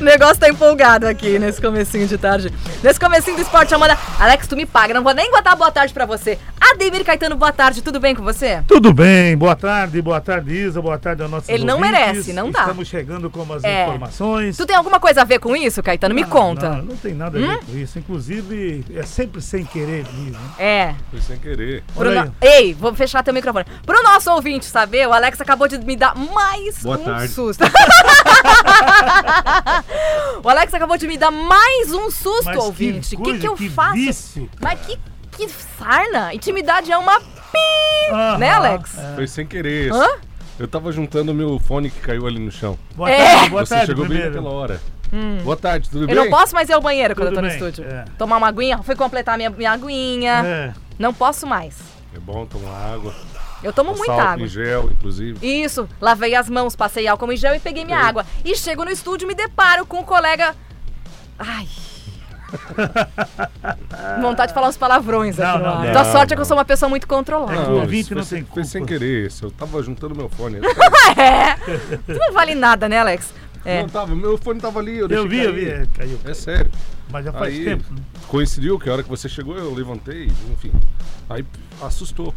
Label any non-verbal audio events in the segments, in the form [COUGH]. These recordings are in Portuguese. O negócio tá empolgado aqui nesse comecinho de tarde. Nesse comecinho do esporte, Amanda. Alex, tu me paga, não vou nem botar boa tarde pra você. Ademir Caetano, boa tarde, tudo bem com você? Tudo bem, boa tarde, boa tarde, Isa, boa tarde a nossa Ele não merece, não dá. Estamos chegando com as é. informações. Tu tem alguma coisa a ver com isso, Caetano? Não, me conta. Ah, Não, não tem nada a ver hum? com isso. Inclusive, é sempre sem querer mesmo. É. Foi sem querer. Pro no... Ei, vou fechar teu microfone. Pro nosso ouvinte saber, o Alex acabou de me dar mais boa um tarde. susto. [LAUGHS] O Alex acabou de me dar mais um susto, Mas ouvinte. O que, coisa, que, eu que faço? vício, Mas que, que sarna! Intimidade é uma pi! Aham, Né, [LAUGHS] Alex? é. Foi sem querer. Hã? Eu tava juntando o meu fone que caiu ali no chão. Boa É. tarde, boa Você tarde chegou primeiro. bem naquela hora. Boa tarde, tudo Eu bem? Hum. não posso mais ir ao banheiro quando eu Tudo tô no bem, estúdio. é. Tomar uma aguinha, fui completar minha, minha aguinha. É. Não posso mais. É bom tomar água. Eu tomo muita Salto água. em gel, inclusive. Isso, lavei as mãos, passei álcool em gel e peguei minha Sim. água. E chego no estúdio e me deparo com um colega. [LAUGHS] Ai. Vontade de falar uns palavrões Não, aqui no não, ar. não, Tua sorte é que não. É eu sou uma pessoa muito controlada. o ouvinte isso foi não sem- tem Foi culpa. sem querer. isso. Eu tava juntando meu fone. É. Tu não vale nada, né, Alex? É. Não tava, meu fone tava ali. Eu, Eu deixei vi, eu vi. cair. É, caiu. É sério. Mas já faz Aí, tempo. né? coincidiu que a hora que você chegou, eu levantei, enfim. Aí p- assustou.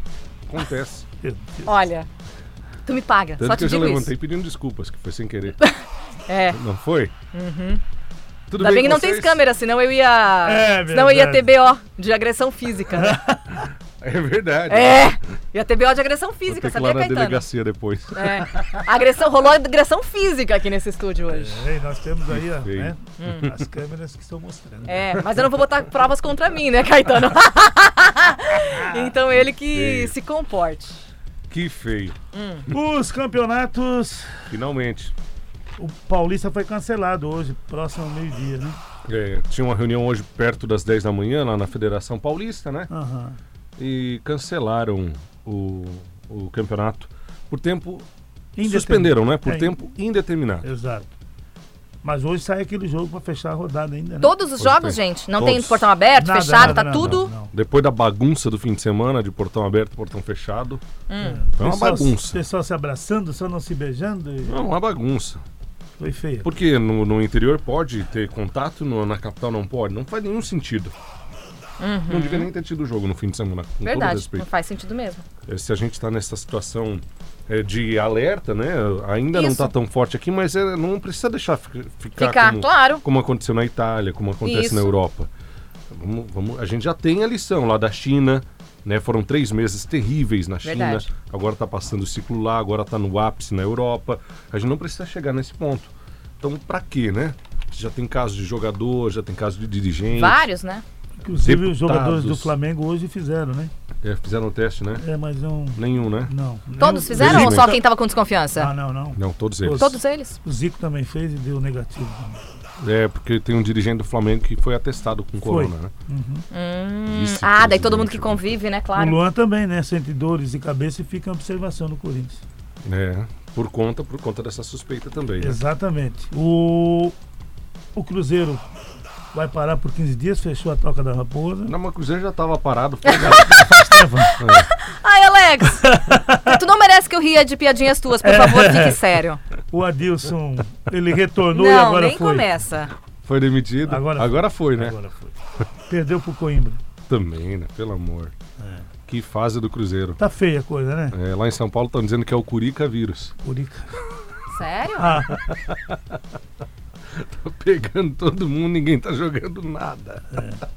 Acontece. Meu Deus. Olha, tu me paga, Tanto só que te eu já digo levantei isso. pedindo desculpas, que foi [LAUGHS] sem querer. É. Não foi? Uhum. Tudo Ainda bem que com não tem vocês? câmera, senão eu ia. É senão eu ia ter verdade. BO de agressão física. [LAUGHS] né? É verdade. é! Ia ter BO de agressão Vou ter física, que ir sabia, lá na Caetano? delegacia depois. É. Agressão, rolou agressão física aqui nesse estúdio hoje. É, e nós temos aí ó, Sim. né, as câmeras que estão mostrando. Hum. É, mas eu não vou botar provas contra mim, né, [LAUGHS] Caetano? então ele que Sim. se comporte. Que feio. Os campeonatos. Finalmente. O Paulista foi cancelado hoje, próximo ao meio-dia, né? É, tinha uma reunião hoje perto das 10 da manhã lá na Federação Paulista, né? Aham. E cancelaram o, o campeonato por tempo. Indetermin- Suspenderam, né? Por É, tempo indeterminado. Exato. Mas hoje sai aquele jogo pra fechar a rodada ainda, né? Todos os Pois jogos, tem. gente? Não tem Todos. portão aberto, Nada, fechado, nada, tá nada, tudo. não, não. Depois da bagunça do fim de semana, de portão aberto, portão fechado. Foi Então é uma Pessoal- bagunça. Pessoal se abraçando, só não se beijando. e Não, uma bagunça. Foi feio. Porque no, no interior pode ter contato, no- na capital não pode. Não faz nenhum sentido. Não devia nem ter tido jogo no fim de semana, com todo Verdade, não respeito. faz sentido mesmo. Eh, Se a gente está nessa situação eh, de alerta, né? Ainda não Isso. está tão forte aqui, mas eh, não precisa deixar fi- ficar, Ficar, como, claro. como aconteceu na Itália, como acontece Isso. na Europa. Vamos, vamos- a gente já tem a lição lá da China, né? Foram três meses terríveis na China. Verdade. Agora está passando o ciclo lá, agora está no ápice na Europa. A gente não precisa chegar nesse ponto. Então, para quê, né? Já tem caso de jogador, já tem caso de dirigente. Vários, né? Inclusive os deputados. jogadores do Flamengo hoje fizeram, né? Eh, fizeram o teste, né? É, mas não. Nenhum, né? Não. Todos Nem- fizeram ou Felizmente. só quem tava com desconfiança? Ah, não, não. Não, todos eles. Todos eles? O Zico também fez e deu negativo. também. É, porque tem um dirigente do Flamengo que foi atestado com corona, né? Vice-presidente. Ah, daí todo mundo que convive, né, O claro. Luan também, né? Sente dores de cabeça e fica em observação no Corinthians. É, por conta, por conta dessa suspeita também. né? Exatamente. O, o Cruzeiro vai parar por 15 dias, fechou a Toca da Raposa. Não, mas o Cruzeiro já tava parado. foi, né? Ai, [LAUGHS] Alex! tu não merece que eu ria de piadinhas tuas, É. por favor, fique sério. O Adilson, ele retornou e Não, agora nem foi. começa. foi demitido. Agora- Agora, foi, né? Agora foi. Perdeu pro Coimbra. Também, né? Pelo amor. Que fase do Cruzeiro. Tá feia a coisa, né? É, lá em São Paulo estão dizendo que é o Curica vírus. [LAUGHS] Curica. Sério? Ah, Tá pegando todo mundo, ninguém tá jogando nada. [LAUGHS]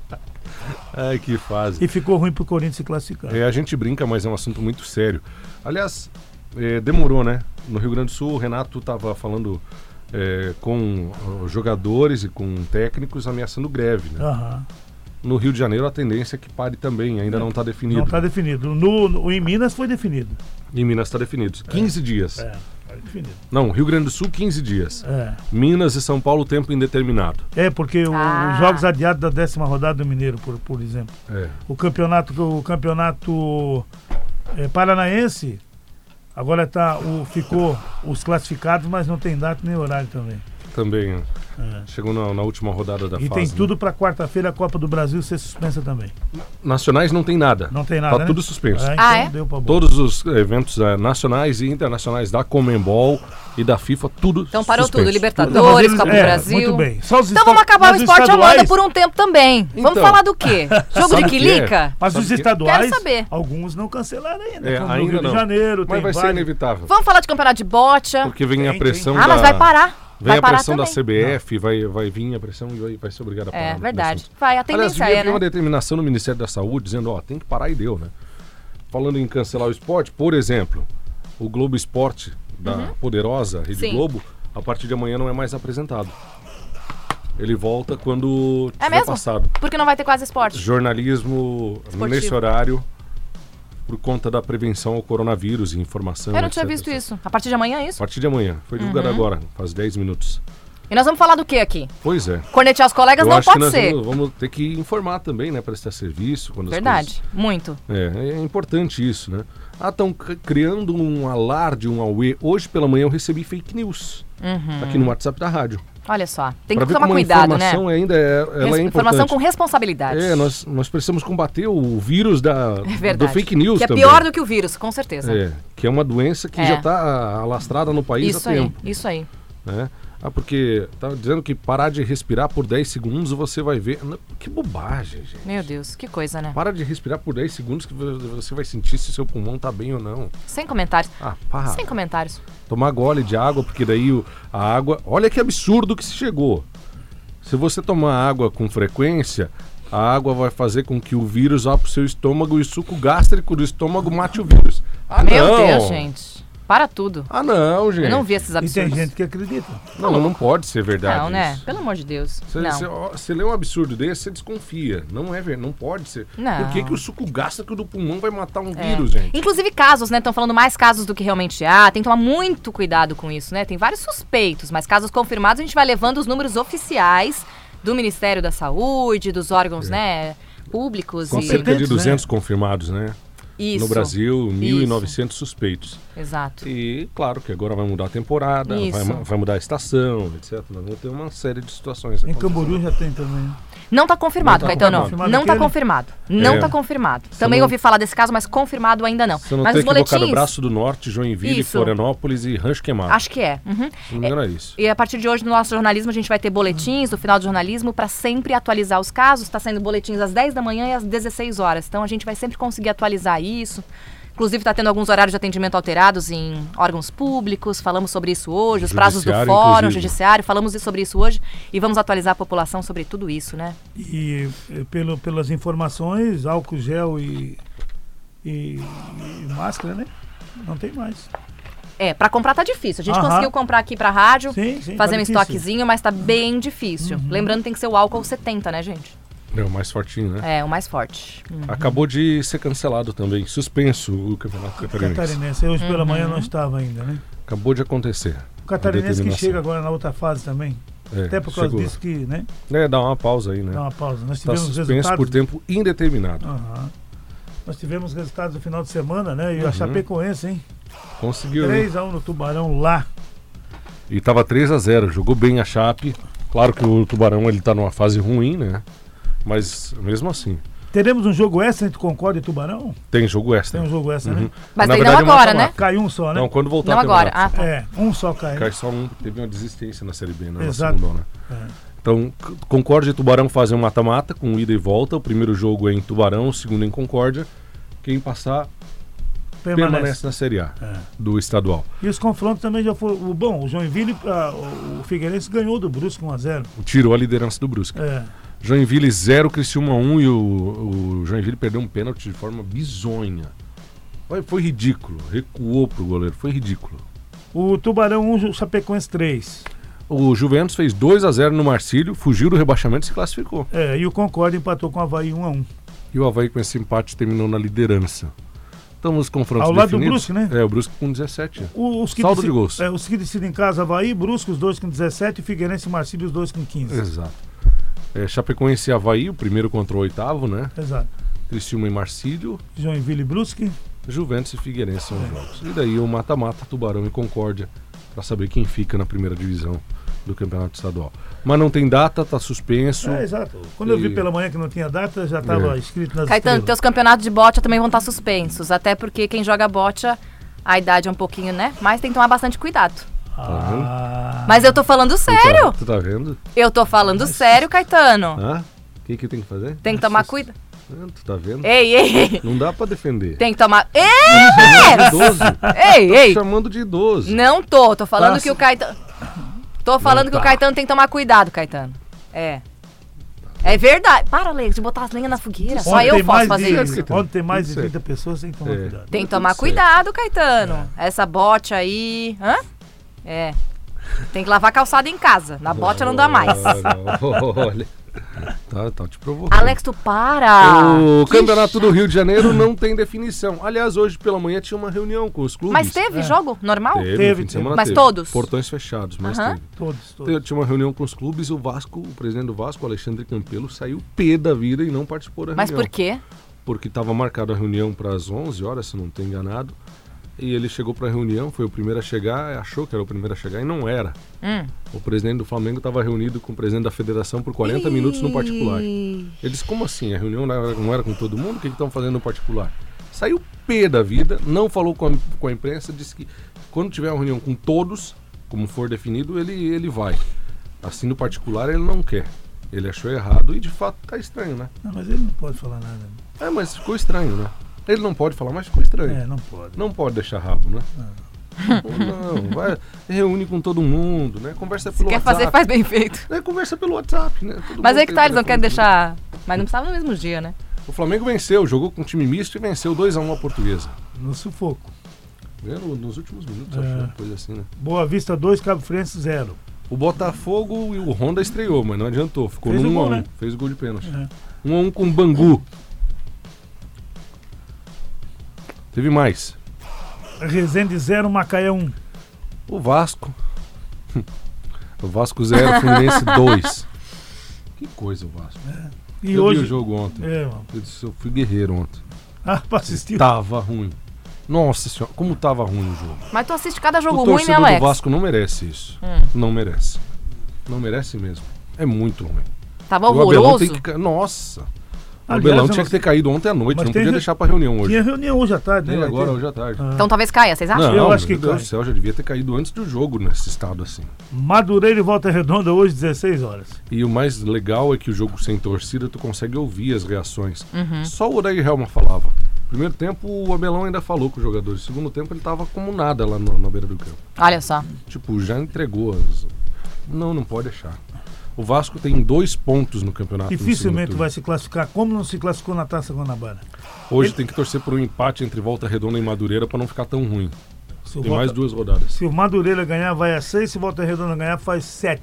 Ai, que fase. e ficou ruim pro Corinthians se classificar. É, a gente brinca, mas é um assunto muito sério. Aliás, é, demorou, né? No Rio Grande do Sul, o Renato estava falando é, com ó, jogadores e com técnicos ameaçando greve. né? Aham. No Rio de Janeiro, a tendência é que pare também, É. ainda não está tá definido. Não tá definido. No, no- em Minas foi definido. Em Minas está definido. 15 dias. É. Infinito. Não, Rio Grande do Sul, 15 dias. É. Minas e São Paulo, tempo indeterminado. É, porque o- Ah. os jogos adiados da décima rodada do Mineiro, por, por exemplo. É. O campeonato, o campeonato eh, paranaense, agora tá, o, ficou os classificados, mas não tem data nem horário também. Também. né? É. Chegou na, na última rodada da E fase. tem né? tudo pra quarta-feira a Copa do Brasil ser suspensa também. Nacionais não tem nada. Não tem nada. Tá né? tudo suspenso. Ah, então Ah, é? deu pra boa. Todos os eventos eh, nacionais e internacionais da Comembol e da FIFA, tudo Então parou suspenso. tudo, Não, mas Libertadores, eles- Copa é, do Brasil. Muito bem. Só os Então esta- vamos acabar o mas os esporte amanda estaduais- por um tempo também. vamos Então. falar do [LAUGHS] quê? Jogo Sabe de o que é? quilica? Mas Sabe os o quê? estaduais, Quero saber. alguns não cancelaram ainda. É, Como no ainda Rio não. de Janeiro, Mas tem vai ser vários. inevitável. Vamos falar de campeonato de bocha. Porque vem a Gente, pressão Ah, da... mas vai parar. Vem vai a parar pressão também. da CBF, vai, vai vir a pressão e vai, vai ser obrigado a parar. É no verdade. assunto. Vai, a Aliás, tendência devia é, ter né? uma determinação no Ministério da Saúde dizendo, ó, tem que parar e deu, né? Falando em cancelar o esporte, por exemplo, o Globo Esporte da poderosa Rede Uhum. Sim. Globo, a partir de amanhã não é mais apresentado. Ele volta quando É tiver mesmo? passado. Porque não vai ter quase esporte. Jornalismo nesse Esportivo. horário por conta da prevenção ao coronavírus e informação. Eu não tinha etc, visto etc. isso. Uhum. A partir de amanhã é A isso? partir de amanhã. Foi divulgado agora, faz 10 minutos. E nós vamos falar do quê aqui? Pois é. Cornetear os colegas Eu não acho que pode nós ser. Vamos, vamos ter que informar também, né? Prestar serviço. Quando as Verdade. Muito. coisas- É, é importante isso, né? Ah, estão criando um alarde, um auê. Hoje pela manhã eu recebi fake news aqui no WhatsApp da rádio. Olha só. Uhum. Tem Pra que ver tomar como a cuidado, né? informação ainda é, ela é Res- importante. Informação com responsabilidade. É, nós, nós precisamos combater o vírus da, É verdade. do fake news Que é também. pior do que o vírus, com certeza. É, que é uma doença que É. já está alastrada no país Isso há aí, tempo. isso aí. Né? Ah, porque tá dizendo que parar de respirar por 10 segundos você vai ver. Não, que bobagem, gente. Meu Deus, que coisa, né? Para de respirar por 10 segundos que vo- você vai sentir se seu pulmão tá bem ou não. Sem comentários. Ah, para. Sem comentários. Tomar gole de água, porque daí o- a água. Olha que absurdo que se chegou. Se você tomar água com frequência, a água vai fazer com que o vírus vá pro seu estômago e o suco gástrico do estômago mate o vírus. Ah, Meu não. Deus, gente. Para tudo. Ah, não, gente. Eu não vi esses E tem absurdos. gente que acredita. Não, não pode ser verdade. Não, né? isso. Pelo amor de Deus. Você, não. você- ó, você lê um absurdo desse, você desconfia. Não é verdade, não pode ser. Não. Por que, que o suco gástrico do pulmão vai matar um É. vírus, gente? Inclusive casos, né? Estão falando mais casos do que realmente há. Tem que tomar muito cuidado com isso, né? Tem vários suspeitos, mas casos confirmados a gente vai levando os números oficiais do Ministério da Saúde, dos órgãos, né? Públicos É. Com e cerca de Competentes, né? 200 confirmados, né? isso. No Brasil, 1.900 suspeitos. Exato. E claro que agora vai mudar a temporada, vai, Isso. mu- vai mudar a estação, etc. Nós vamos ter uma série de situações. Em acontecendo. Camboriú já tem também. Não tá confirmado, Não tá Caetano. confirmado. Não tá Aquele- confirmado. Não É. tá confirmado. Também não- ouvi falar desse caso, mas confirmado ainda não. Se eu não mas ter os equivocado, boletins. Braço do Norte, Joinville, Isso. Florianópolis e Rancho Queimado. Acho que é. Uhum. Se não me engano, é isso. E a partir de hoje, no nosso jornalismo, a gente vai ter boletins, no final do jornalismo, para sempre atualizar os casos. Está saindo boletins às 10 da manhã e às 16 horas. Então a gente vai sempre conseguir atualizar isso. Inclusive, está tendo alguns horários de atendimento alterados em órgãos públicos. Falamos sobre isso hoje, os prazos do Judiciário, fórum, inclusive. judiciário. Falamos sobre isso hoje e vamos atualizar a população sobre tudo isso, né? E eh, pelo, pelas informações, álcool gel e, e, e máscara, né? Não tem mais. É, para comprar tá difícil. A gente Aham. conseguiu comprar aqui para rádio, Sim, sim, tá fazer um difícil. Uhum. estoquezinho, mas tá bem difícil. Lembrando, tem que ser o álcool 70, né, gente? É o mais fortinho, né? É, o mais forte. Hum. Acabou de ser cancelado também, suspenso o campeonato catarinense. Catarinense, hoje pela manhã Uhum. não estava ainda, né? Acabou de acontecer. O catarinense que determinação. chega agora na outra fase também. É, Até por causa chegou. disso que, né? É, dá uma pausa aí, né? Dá uma um pausa. Nós Está tivemos suspenso resultados. por tempo indeterminado. Aham. Nós tivemos resultados no final de semana, né? Uhum. E a Chapecoense, hein? Conseguiu. né? 3x1 no Tubarão lá. E tava 3 a 0 jogou bem a Chape. Claro que o Tubarão ele tá numa fase ruim, né? Mas mesmo assim, Teremos um jogo extra entre Concorde e Tubarão? tem jogo extra. Tem um jogo extra, né? Mas Na daí verdade, não é agora, né? mata-mata. Cai um só, né? Não, quando voltar Não ao agora. Ah, campeonato. tá. É, um só cai. Cai só um, teve uma desistência na Série B, né? Exato. É. Na segunda, né? Então, C- Concórdia e Tubarão fazem um mata-mata com ida e volta. O primeiro jogo é em Tubarão, o segundo é em Concórdia. Quem passar permanece, né? na Série A É. do estadual. E os confrontos também já foram. o- Bom, o Joinville, ah, o- o Figueirense ganhou do Brusco 1x0. Tirou a liderança do Brusque. É, Joinville 0, Criciúma 1 e o, o Joinville perdeu um pênalti de forma bizonha. Olha, Foi ridículo. Recuou pro goleiro. Foi ridículo. o Tubarão 1, o Chapecoense 3. O Juventus fez 2 a 0 no Marcílio, fugiu do rebaixamento e se classificou. É, e o Concorde empatou com o Havaí 1x1. E o Havaí com esse empate terminou na liderança. Estamos com confrontos Ao lado do definidos. Brusque, né? É, o Brusque com 17. O- os que Saldo deci- de gols. é, os que decidem em casa, Havaí, Brusco, os dois com 17, Figueirense e Marcílio, os dois com 15. Exato. É, Chapecoense e Havaí, o primeiro contra o oitavo, né? Exato. Criciúma e Marcílio, Joinville e Brusque. Juventus e Figueirense são os jogos. E daí o mata-mata, Tubarão e Concórdia, pra saber quem fica na primeira divisão do Campeonato Estadual. Mas não tem data, tá suspenso. É, exato. Quando eu vi então, E- pela manhã que não tinha data, já estava É. escrito nas Caetano, estrelas. teus campeonatos de bocha também vão estar suspensos. Até porque quem joga bocha, a idade é um pouquinho, né? Mas tem que tomar bastante cuidado. então, Ah, Mas eu tô falando sério. Tá Tu tá vendo? Eu tô falando sério, Caetano. Hã? O que, que tem que fazer? Tem que tomar cuidado. Ah, Tu tá vendo? Ei, ei. Não dá pra defender. Tem que tomar. Chamando de Ei! idoso. Tá Ei, ei. Chamando de idoso. Não tô, tô falando Passa. tá. que o Caetano. Tô falando que o Caetano tem que tomar cuidado, Caetano. É. É verdade. Para, Leila, de botar as lenhas na fogueira. Só Ontem eu posso mais fazer de, isso. Onde tem mais de Tudo certo. 30 pessoas, tem que tomar É. cuidado. Tem que Tudo tomar certo. É. cuidado, Caetano. Essa bote aí. Hã? É. Tem que lavar calçada em casa. Na bote não dá mais. Ah, [LAUGHS] Olha. Tá, tá te provocando. Alex, ah, tu para! O Campeonato do Rio de Janeiro não tem definição. Aliás, hoje pela manhã tinha uma reunião com os clubes. Mas teve jogo normal? Teve, Ah, Teve, no fim de semana mas teve. todos? Portões fechados, mas Aham. teve. Todos, todos. Te- Tinha uma reunião com os clubes e o Vasco, o presidente do Vasco, Alexandre Campelo, saiu pé da vida e não participou da Mas reunião. por quê? Porque estava marcada a reunião para as 11 horas, se não estou enganado. E ele chegou para a reunião, foi o primeiro a chegar, achou que era o primeiro a chegar e não era. Hum. O presidente do Flamengo estava reunido com o presidente da federação por 40 minutos no particular. Ih. Ele disse, como assim? A reunião não era, não era com todo mundo? O que estão fazendo no particular? Saiu P da vida, não falou com a, com a imprensa, disse que quando tiver uma reunião com todos, como for definido, ele, ele vai. Assim, no particular, ele não quer. Ele achou errado e, de fato, tá estranho, né? Não, mas ele não pode falar nada. né? É, mas ficou estranho, né? Ele não pode falar, mas ficou estranho. É, não pode. Não pode deixar rabo, né? Pô, Não, vai, reúne com todo mundo, né? Conversa pelo Quer WhatsApp. fazer, faz bem feito. É, conversa pelo WhatsApp, né? Todo Mas mundo aí que tem tá, eles não querem telefone. deixar. Mas não precisava no mesmo dia, né? O Flamengo venceu, jogou com um time misto e venceu 2x1 a, portuguesa. No sufoco. Vendo nos últimos minutos, É. acho uma coisa assim, né? Boa Vista 2, Cabo Friense 0. O Botafogo e o Honda estreou, mas não adiantou. Ficou Fez no o 1x1. gol, Um né? Fez o gol de pênalti. É. 1x1 com o Bangu. Teve mais. Resende 0, Macaé 1. O Vasco. [LAUGHS] o Vasco [LAUGHS] 0, Fluminense 2. Que coisa o Vasco. E eu vi o hoje. jogo ontem. É, mano. Eu, disse, eu fui guerreiro ontem. Ah, pra assistir. Tava ruim. Nossa senhora, como tava ruim o jogo. Mas tu assiste cada O jogo ruim, né, torcedor Alex? Hum. do Vasco não merece isso. Não merece. Não merece mesmo. É muito ruim. Tava E o Abelão horroroso. tem que. ca- Nossa! O Aliás, Abelão eu tinha não- que ter caído ontem à noite, Mas não tem podia re- deixar pra reunião hoje. Tinha reunião hoje à tarde, né? Nem Vai agora, ter- hoje à tarde. Ah. Então talvez caia, vocês acham? Não, eu acho que meu Deus cai. do céu, já devia ter caído antes do jogo nesse estado assim. Madureira e Volta Redonda hoje, 16 horas. E o mais legal é que o jogo sem torcida, tu consegue ouvir as reações. Uhum. Só o Odair Helma falava. Primeiro tempo, o Abelão ainda falou com os jogadores. Segundo tempo, ele tava como nada lá no- na beira do campo. Olha só. Tipo, já entregou as... Não, não pode deixar. O Vasco tem dois pontos no campeonato. no Dificilmente segundo vai se classificar, como não se classificou na Taça Guanabara. turno. Hoje ele- tem que torcer por um empate entre Volta Redonda e Madureira pra não ficar tão ruim. Se o, Tem Volta- mais duas rodadas. se o Madureira ganhar, vai a 6. Se o Volta Redonda ganhar, faz 7.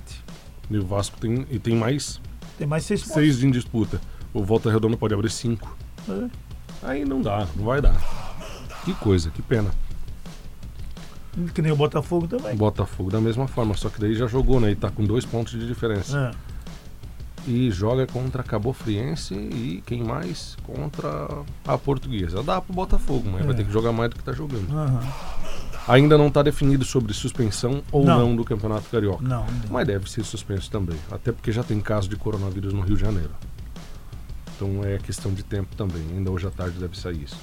E o Vasco tem, e tem mais Tem mais 6 pontos. seis em disputa. O Volta Redonda pode abrir cinco. É. Aí não dá, não vai dar. Que coisa, que pena. Que nem o Botafogo também. Botafogo da mesma forma, só que daí já jogou, né? E tá com dois pontos de diferença. É. E joga contra Cabo Friense e quem mais? Contra a Portuguesa. Dá pro Botafogo, mas vai É. ter que jogar mais do que tá jogando. Aham. Ainda não tá definido sobre suspensão ou Não. não, do Campeonato Carioca. Não. Mas deve ser suspenso também, até porque já tem caso de coronavírus no Rio de Janeiro. Então é questão de tempo também, ainda hoje à tarde deve sair isso.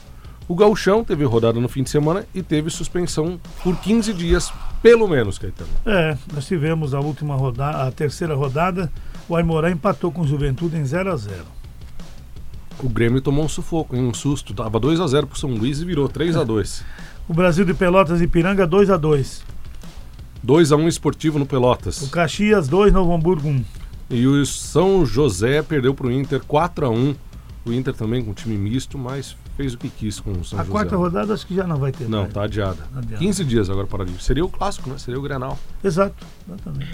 O Gauchão teve rodada no fim de semana e teve suspensão por 15 dias, pelo menos, Caetano. É, nós tivemos a última rodada, a terceira rodada. O Aimoré empatou com o Juventude em 0 a 0 O Grêmio tomou um sufoco, hein? um susto. Tava 2 a 0 pro São Luís e virou 3 a 2 O Brasil de Pelotas e Piranga 2 a 2 2 a 1 esportivo no O Pelotas. Caxias 2, Novo Hamburgo 1. E o São José perdeu pro Inter 4 a 1 O Inter também com um time misto, mas fez o que quis com o São a José. quarta rodada acho que já não vai ter. Não, mais. tá adiada. Adiada. 15 dias agora para ali. Seria o clássico, né? Seria o Grenal. Exato, exatamente.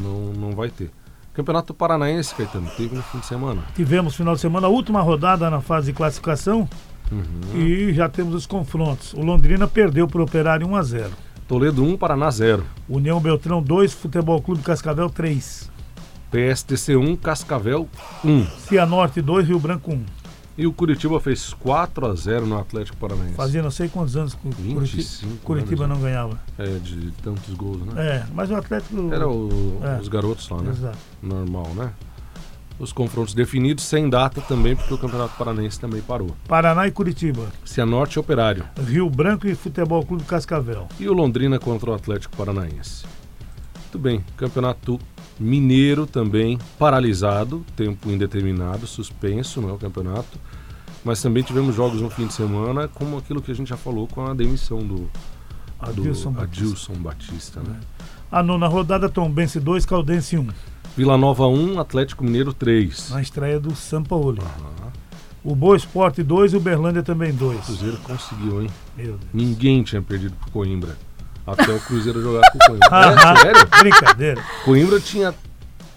Não, não vai ter. Campeonato Paranaense, Caetano, teve no fim de semana. Tivemos final de semana a última rodada na fase de classificação. Uhum. E já temos os confrontos. O Londrina perdeu para o Operário 1 a 0. Toledo 1, Paraná 0. União Beltrão 2, Futebol Clube Cascavel 3. PSTC 1, Cascavel 1. Cianorte 2, Rio Branco 1. E o Curitiba fez 4 a 0 no Atlético Paranaense. Fazia não sei quantos anos que o Curiti- 25 Curitiba anos, não ganhava. É, de tantos gols, né? É, mas o Atlético. Era o- É. os garotos lá, né? Exato. Normal, né? Os confrontos definidos, sem data também, porque o Campeonato Paranense também parou. Paraná e Curitiba. Cianorte e Operário. Rio Branco e Futebol Clube Cascavel. E o Londrina contra o Atlético Paranaense. Muito bem, Campeonato Mineiro também paralisado, tempo indeterminado, suspenso, não é o campeonato. Mas também tivemos jogos no fim de semana, como aquilo que a gente já falou com a demissão do, do Adilson Batista. É. Adilson Batista. né? A nona rodada, Tombense 2, Caldense 1. Vila Nova 1, Atlético Mineiro 3. Na estreia do Sampaoli. O Boa Esporte 2 e o Berlândia também O 2. Cruzeiro conseguiu, hein? Meu Deus. Ninguém tinha perdido pro Coimbra. Até o Cruzeiro jogar com o Coimbra. É, sério? Ah, Brincadeira. Coimbra tinha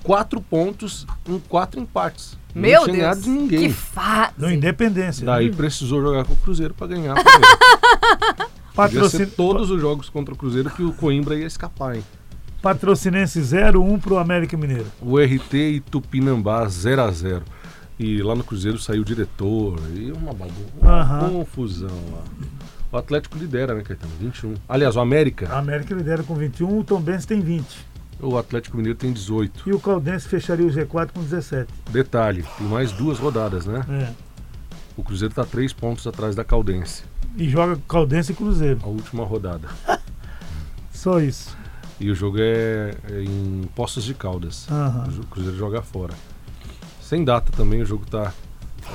quatro pontos em quatro empates. Meu não tinha Deus. ganhado de ninguém. Que fase. Do Independência. Daí precisou jogar com o Cruzeiro pra ganhar. pra ele. Podia Patrocin... ser todos os jogos contra o Cruzeiro que o Coimbra ia escapar, hein? Patrocinense 0-1 pro América Mineiro. O RT e Tupinambá 0 a 0 E lá no Cruzeiro saiu o diretor. E uma bagunça. uma Aham. Confusão lá. O Atlético lidera, né, Caetano? 21. Aliás, o América. A América lidera com 21, o Tombense tem 20. O Atlético Mineiro tem 18. E o Caldense fecharia o G4 com 17. Detalhe, tem mais duas rodadas, né? É. O Cruzeiro tá três pontos atrás da Caldense. E joga Caldense e Cruzeiro. A última rodada. Só isso. E o jogo é, é em Poços de Caldas. Aham. O Cruzeiro joga fora. Sem data também, o jogo tá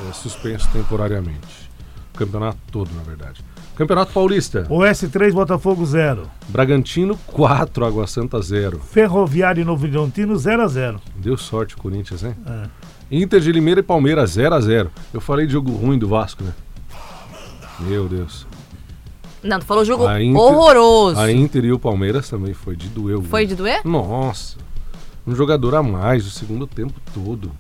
é, suspenso temporariamente. O campeonato todo, na verdade. Campeonato Paulista. O S3 Botafogo 0. Bragantino 4, Água Santa 0. Ferroviário e Novo Horizontino 0x0. Deu sorte o Corinthians, hein? Inter de Limeira e Palmeiras 0 a 0 Eu falei de jogo ruim do Vasco, né? Meu Deus. Não, tu falou jogo A Inter- horroroso. A Inter e o Palmeiras também foi de doer. o Foi jogo. de doer? Nossa, um jogador a mais o segundo tempo todo.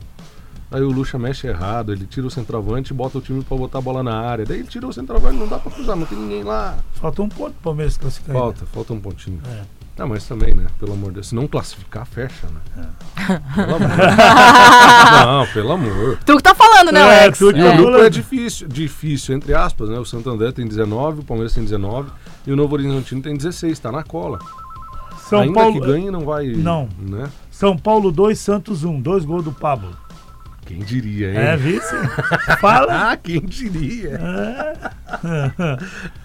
Aí o Lucha mexe errado, ele tira o centroavante e bota o time pra botar a bola na área. Daí ele tira o centroavante, não dá pra cruzar, não tem ninguém lá. Faltou um ponto pro Palmeiras classificar. ainda. Falta, falta um pontinho. É. Não, mas também, né? Pelo amor de Deus. Se não classificar, fecha, né? Pelo amor. [LAUGHS] não, pelo amor. Tu que tá falando, né, É, Alex? tu que O falou. é. grupo é difícil, difícil, entre aspas, né? O Santander tem 19, o Palmeiras tem 19 e o Novo Horizontino tem 16, tá na cola. São Ainda Então, Paulo. que ganhe, não vai. Não. Né? São Paulo 2, Santos 1. Dois gols do Pablo. Quem diria, hein? É, vice? Fala. Ah, quem diria? É.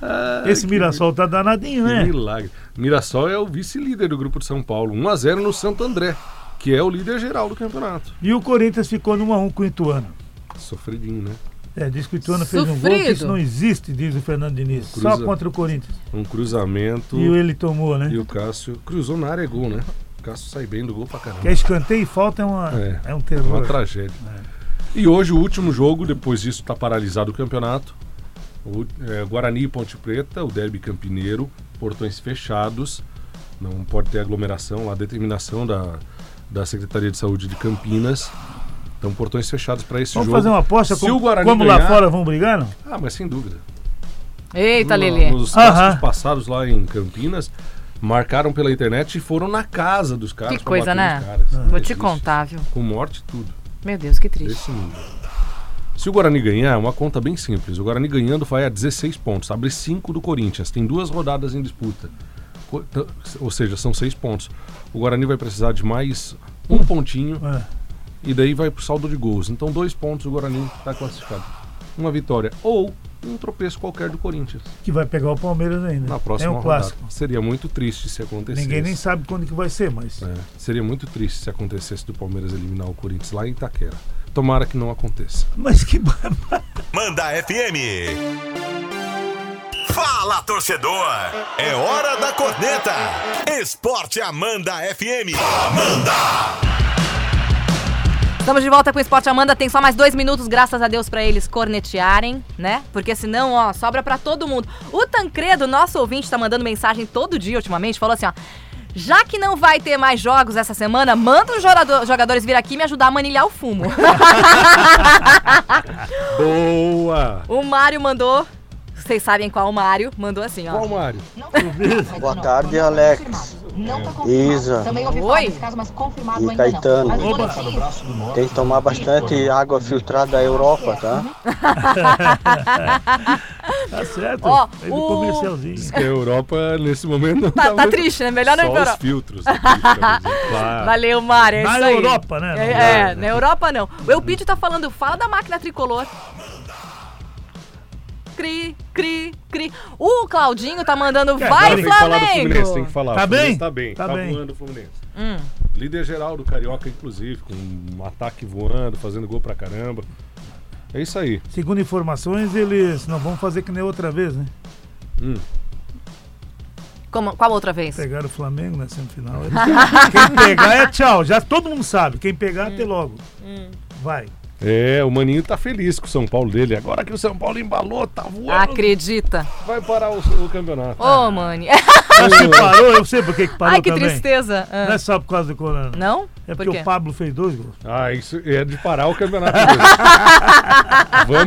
Ah, Esse Mirassol tá danadinho, Que né? milagre. Mirassol é o vice-líder do grupo de São Paulo. 1x0 no Santo André, que é o líder geral do campeonato. E o Corinthians ficou no 1x1 com o Ituano. Sofridinho, né? É, diz que o Ituano fez um gol, que Sofrido. isso não existe, diz o Fernando Diniz. Cruza. Só contra o Corinthians. Um cruzamento E ele tomou, né? e o Cássio cruzou na área é gol, né? O Cássio sai bem do gol pra caramba. Que é escanteio e falta é, uma, É. é. um É uma terror. tragédia. É. E hoje o último jogo, depois disso tá paralisado o campeonato. O, é, Guarani e Ponte Preta, o derby campineiro, portões fechados, não pode ter aglomeração, lá determinação da, da Secretaria de Saúde de Campinas. Então portões fechados para esse Vamos jogo. fazer uma aposta? Se como, o Guarani como lá ganhar- fora vão brigar, não? Ah, mas sem dúvida. Eita, No- Lelê. Nos Aham. clássicos passados lá em Campinas, marcaram pela internet e foram na casa dos caras. Que pra coisa, bater nos né? caras. Vou te Triste. contar, viu? Com morte e tudo. Meu Deus, que triste. desse mundo. Se o Guarani ganhar, é uma conta bem simples. O Guarani ganhando vai a 16 pontos, abre 5 do Corinthians. Tem duas rodadas em disputa. Co- t- Ou seja, são 6 pontos. O Guarani vai precisar de mais um pontinho É. e daí vai pro saldo de gols. Então, dois pontos o Guarani está classificado. Uma vitória ou um tropeço qualquer do Corinthians Que vai pegar o Palmeiras ainda. na é próxima um rodada. clássico. Seria muito triste se acontecesse. Ninguém nem sabe quando que vai ser, mas. É, seria muito triste se acontecesse do Palmeiras eliminar o Corinthians lá em Itaquera. Tomara que não aconteça. Mas que. [LAUGHS] ba- Manda FM. Fala, torcedor. É hora da corneta. Esporte Amanda FM. Estamos de volta com o Esporte Amanda. Tem só mais dois minutos, graças a Deus, pra eles cornetearem, né? Porque senão, ó, sobra pra todo mundo. O Tancredo, nosso ouvinte, tá mandando mensagem todo dia ultimamente, falou assim, ó. Já que não vai ter mais jogos essa semana, manda os jogador- jogadores vir aqui me ajudar a manilhar o [LAUGHS] fumo. Boa! o Mário mandou. Vocês sabem qual o Mário? Mandou assim, ó. Qual, Mário? Boa tarde, Alex. Não tá confirmado. Isa. Também ouvi falar Oi. desse caso, mas confirmado E ainda Caetano. não. Mas os Opa. boletins, Tem que tomar bastante água filtrada da Europa, tá? Tá certo. Ó, Aí do o- comercialzinho. Diz que a Europa, nesse momento, não Tá, tá triste, né? Melhor não ir Só pra os Europa. [LAUGHS] filtros. aqui, tá dizendo. Claro. Valeu, Mário. É Na isso aí. Europa, né? Não É, é, na Europa não. O Elpidio tá falando, fala da máquina tricolor. Cri, cri, cri. O Claudinho tá mandando, É, vai Tem que falar do Fluminense, tem Flamengo! que falar. Tá O Fluminense bem? Tá bem, Tá tá, bem. voando o Fluminense. Hum. Líder geral do Carioca, inclusive, com um ataque voando, fazendo gol pra caramba. É isso aí. Segundo informações, eles não vão fazer que nem outra vez, né? Como, qual outra vez? Pegaram o Flamengo na [LAUGHS] semifinal. Eles- quem pegar é tchau. Já todo mundo sabe. Quem pegar, Hum. até logo. [LAUGHS] Vai. É, o Maninho tá feliz com o São Paulo dele. Agora que o São Paulo embalou, tá voando, Acredita. vai parar o, o campeonato. Ô, Mani. Mas se parou, eu sei por que que [LAUGHS] parou Ai, que É. também. tristeza. Ah. Não é só por causa do Corona. Não? É Por porque quê? o Pablo fez dois gols. Ah, isso é de parar o [LAUGHS] campeonato. mesmo.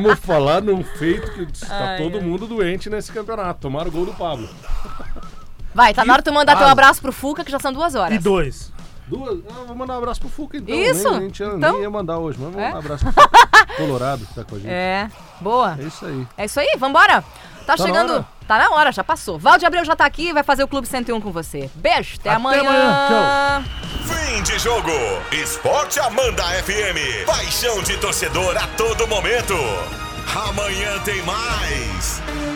Vamos falar num feito que tá Ai, todo ai. mundo doente nesse campeonato. Tomaram o gol do Pablo. Vai, tá na hora de tu mandar teu fase. abraço pro Fuca, que já são duas horas. E dois. Duas. Ah, vou mandar um abraço pro Fuca então. Isso, Nem, nem, tinha, então. nem ia mandar hoje, mas vou É? mandar um abraço pro Fuca. Colorado que tá com a gente. É, É, boa. isso aí. É isso aí, vambora. Tá, Tá na chegando. hora. Tá na hora, já passou. Valde Abreu já tá aqui vai fazer o Clube 101 com você. Beijo, até, Até amanhã, tchau. Fim de jogo. Esporte Amanda FM. Paixão de torcedor a todo momento. Amanhã tem mais.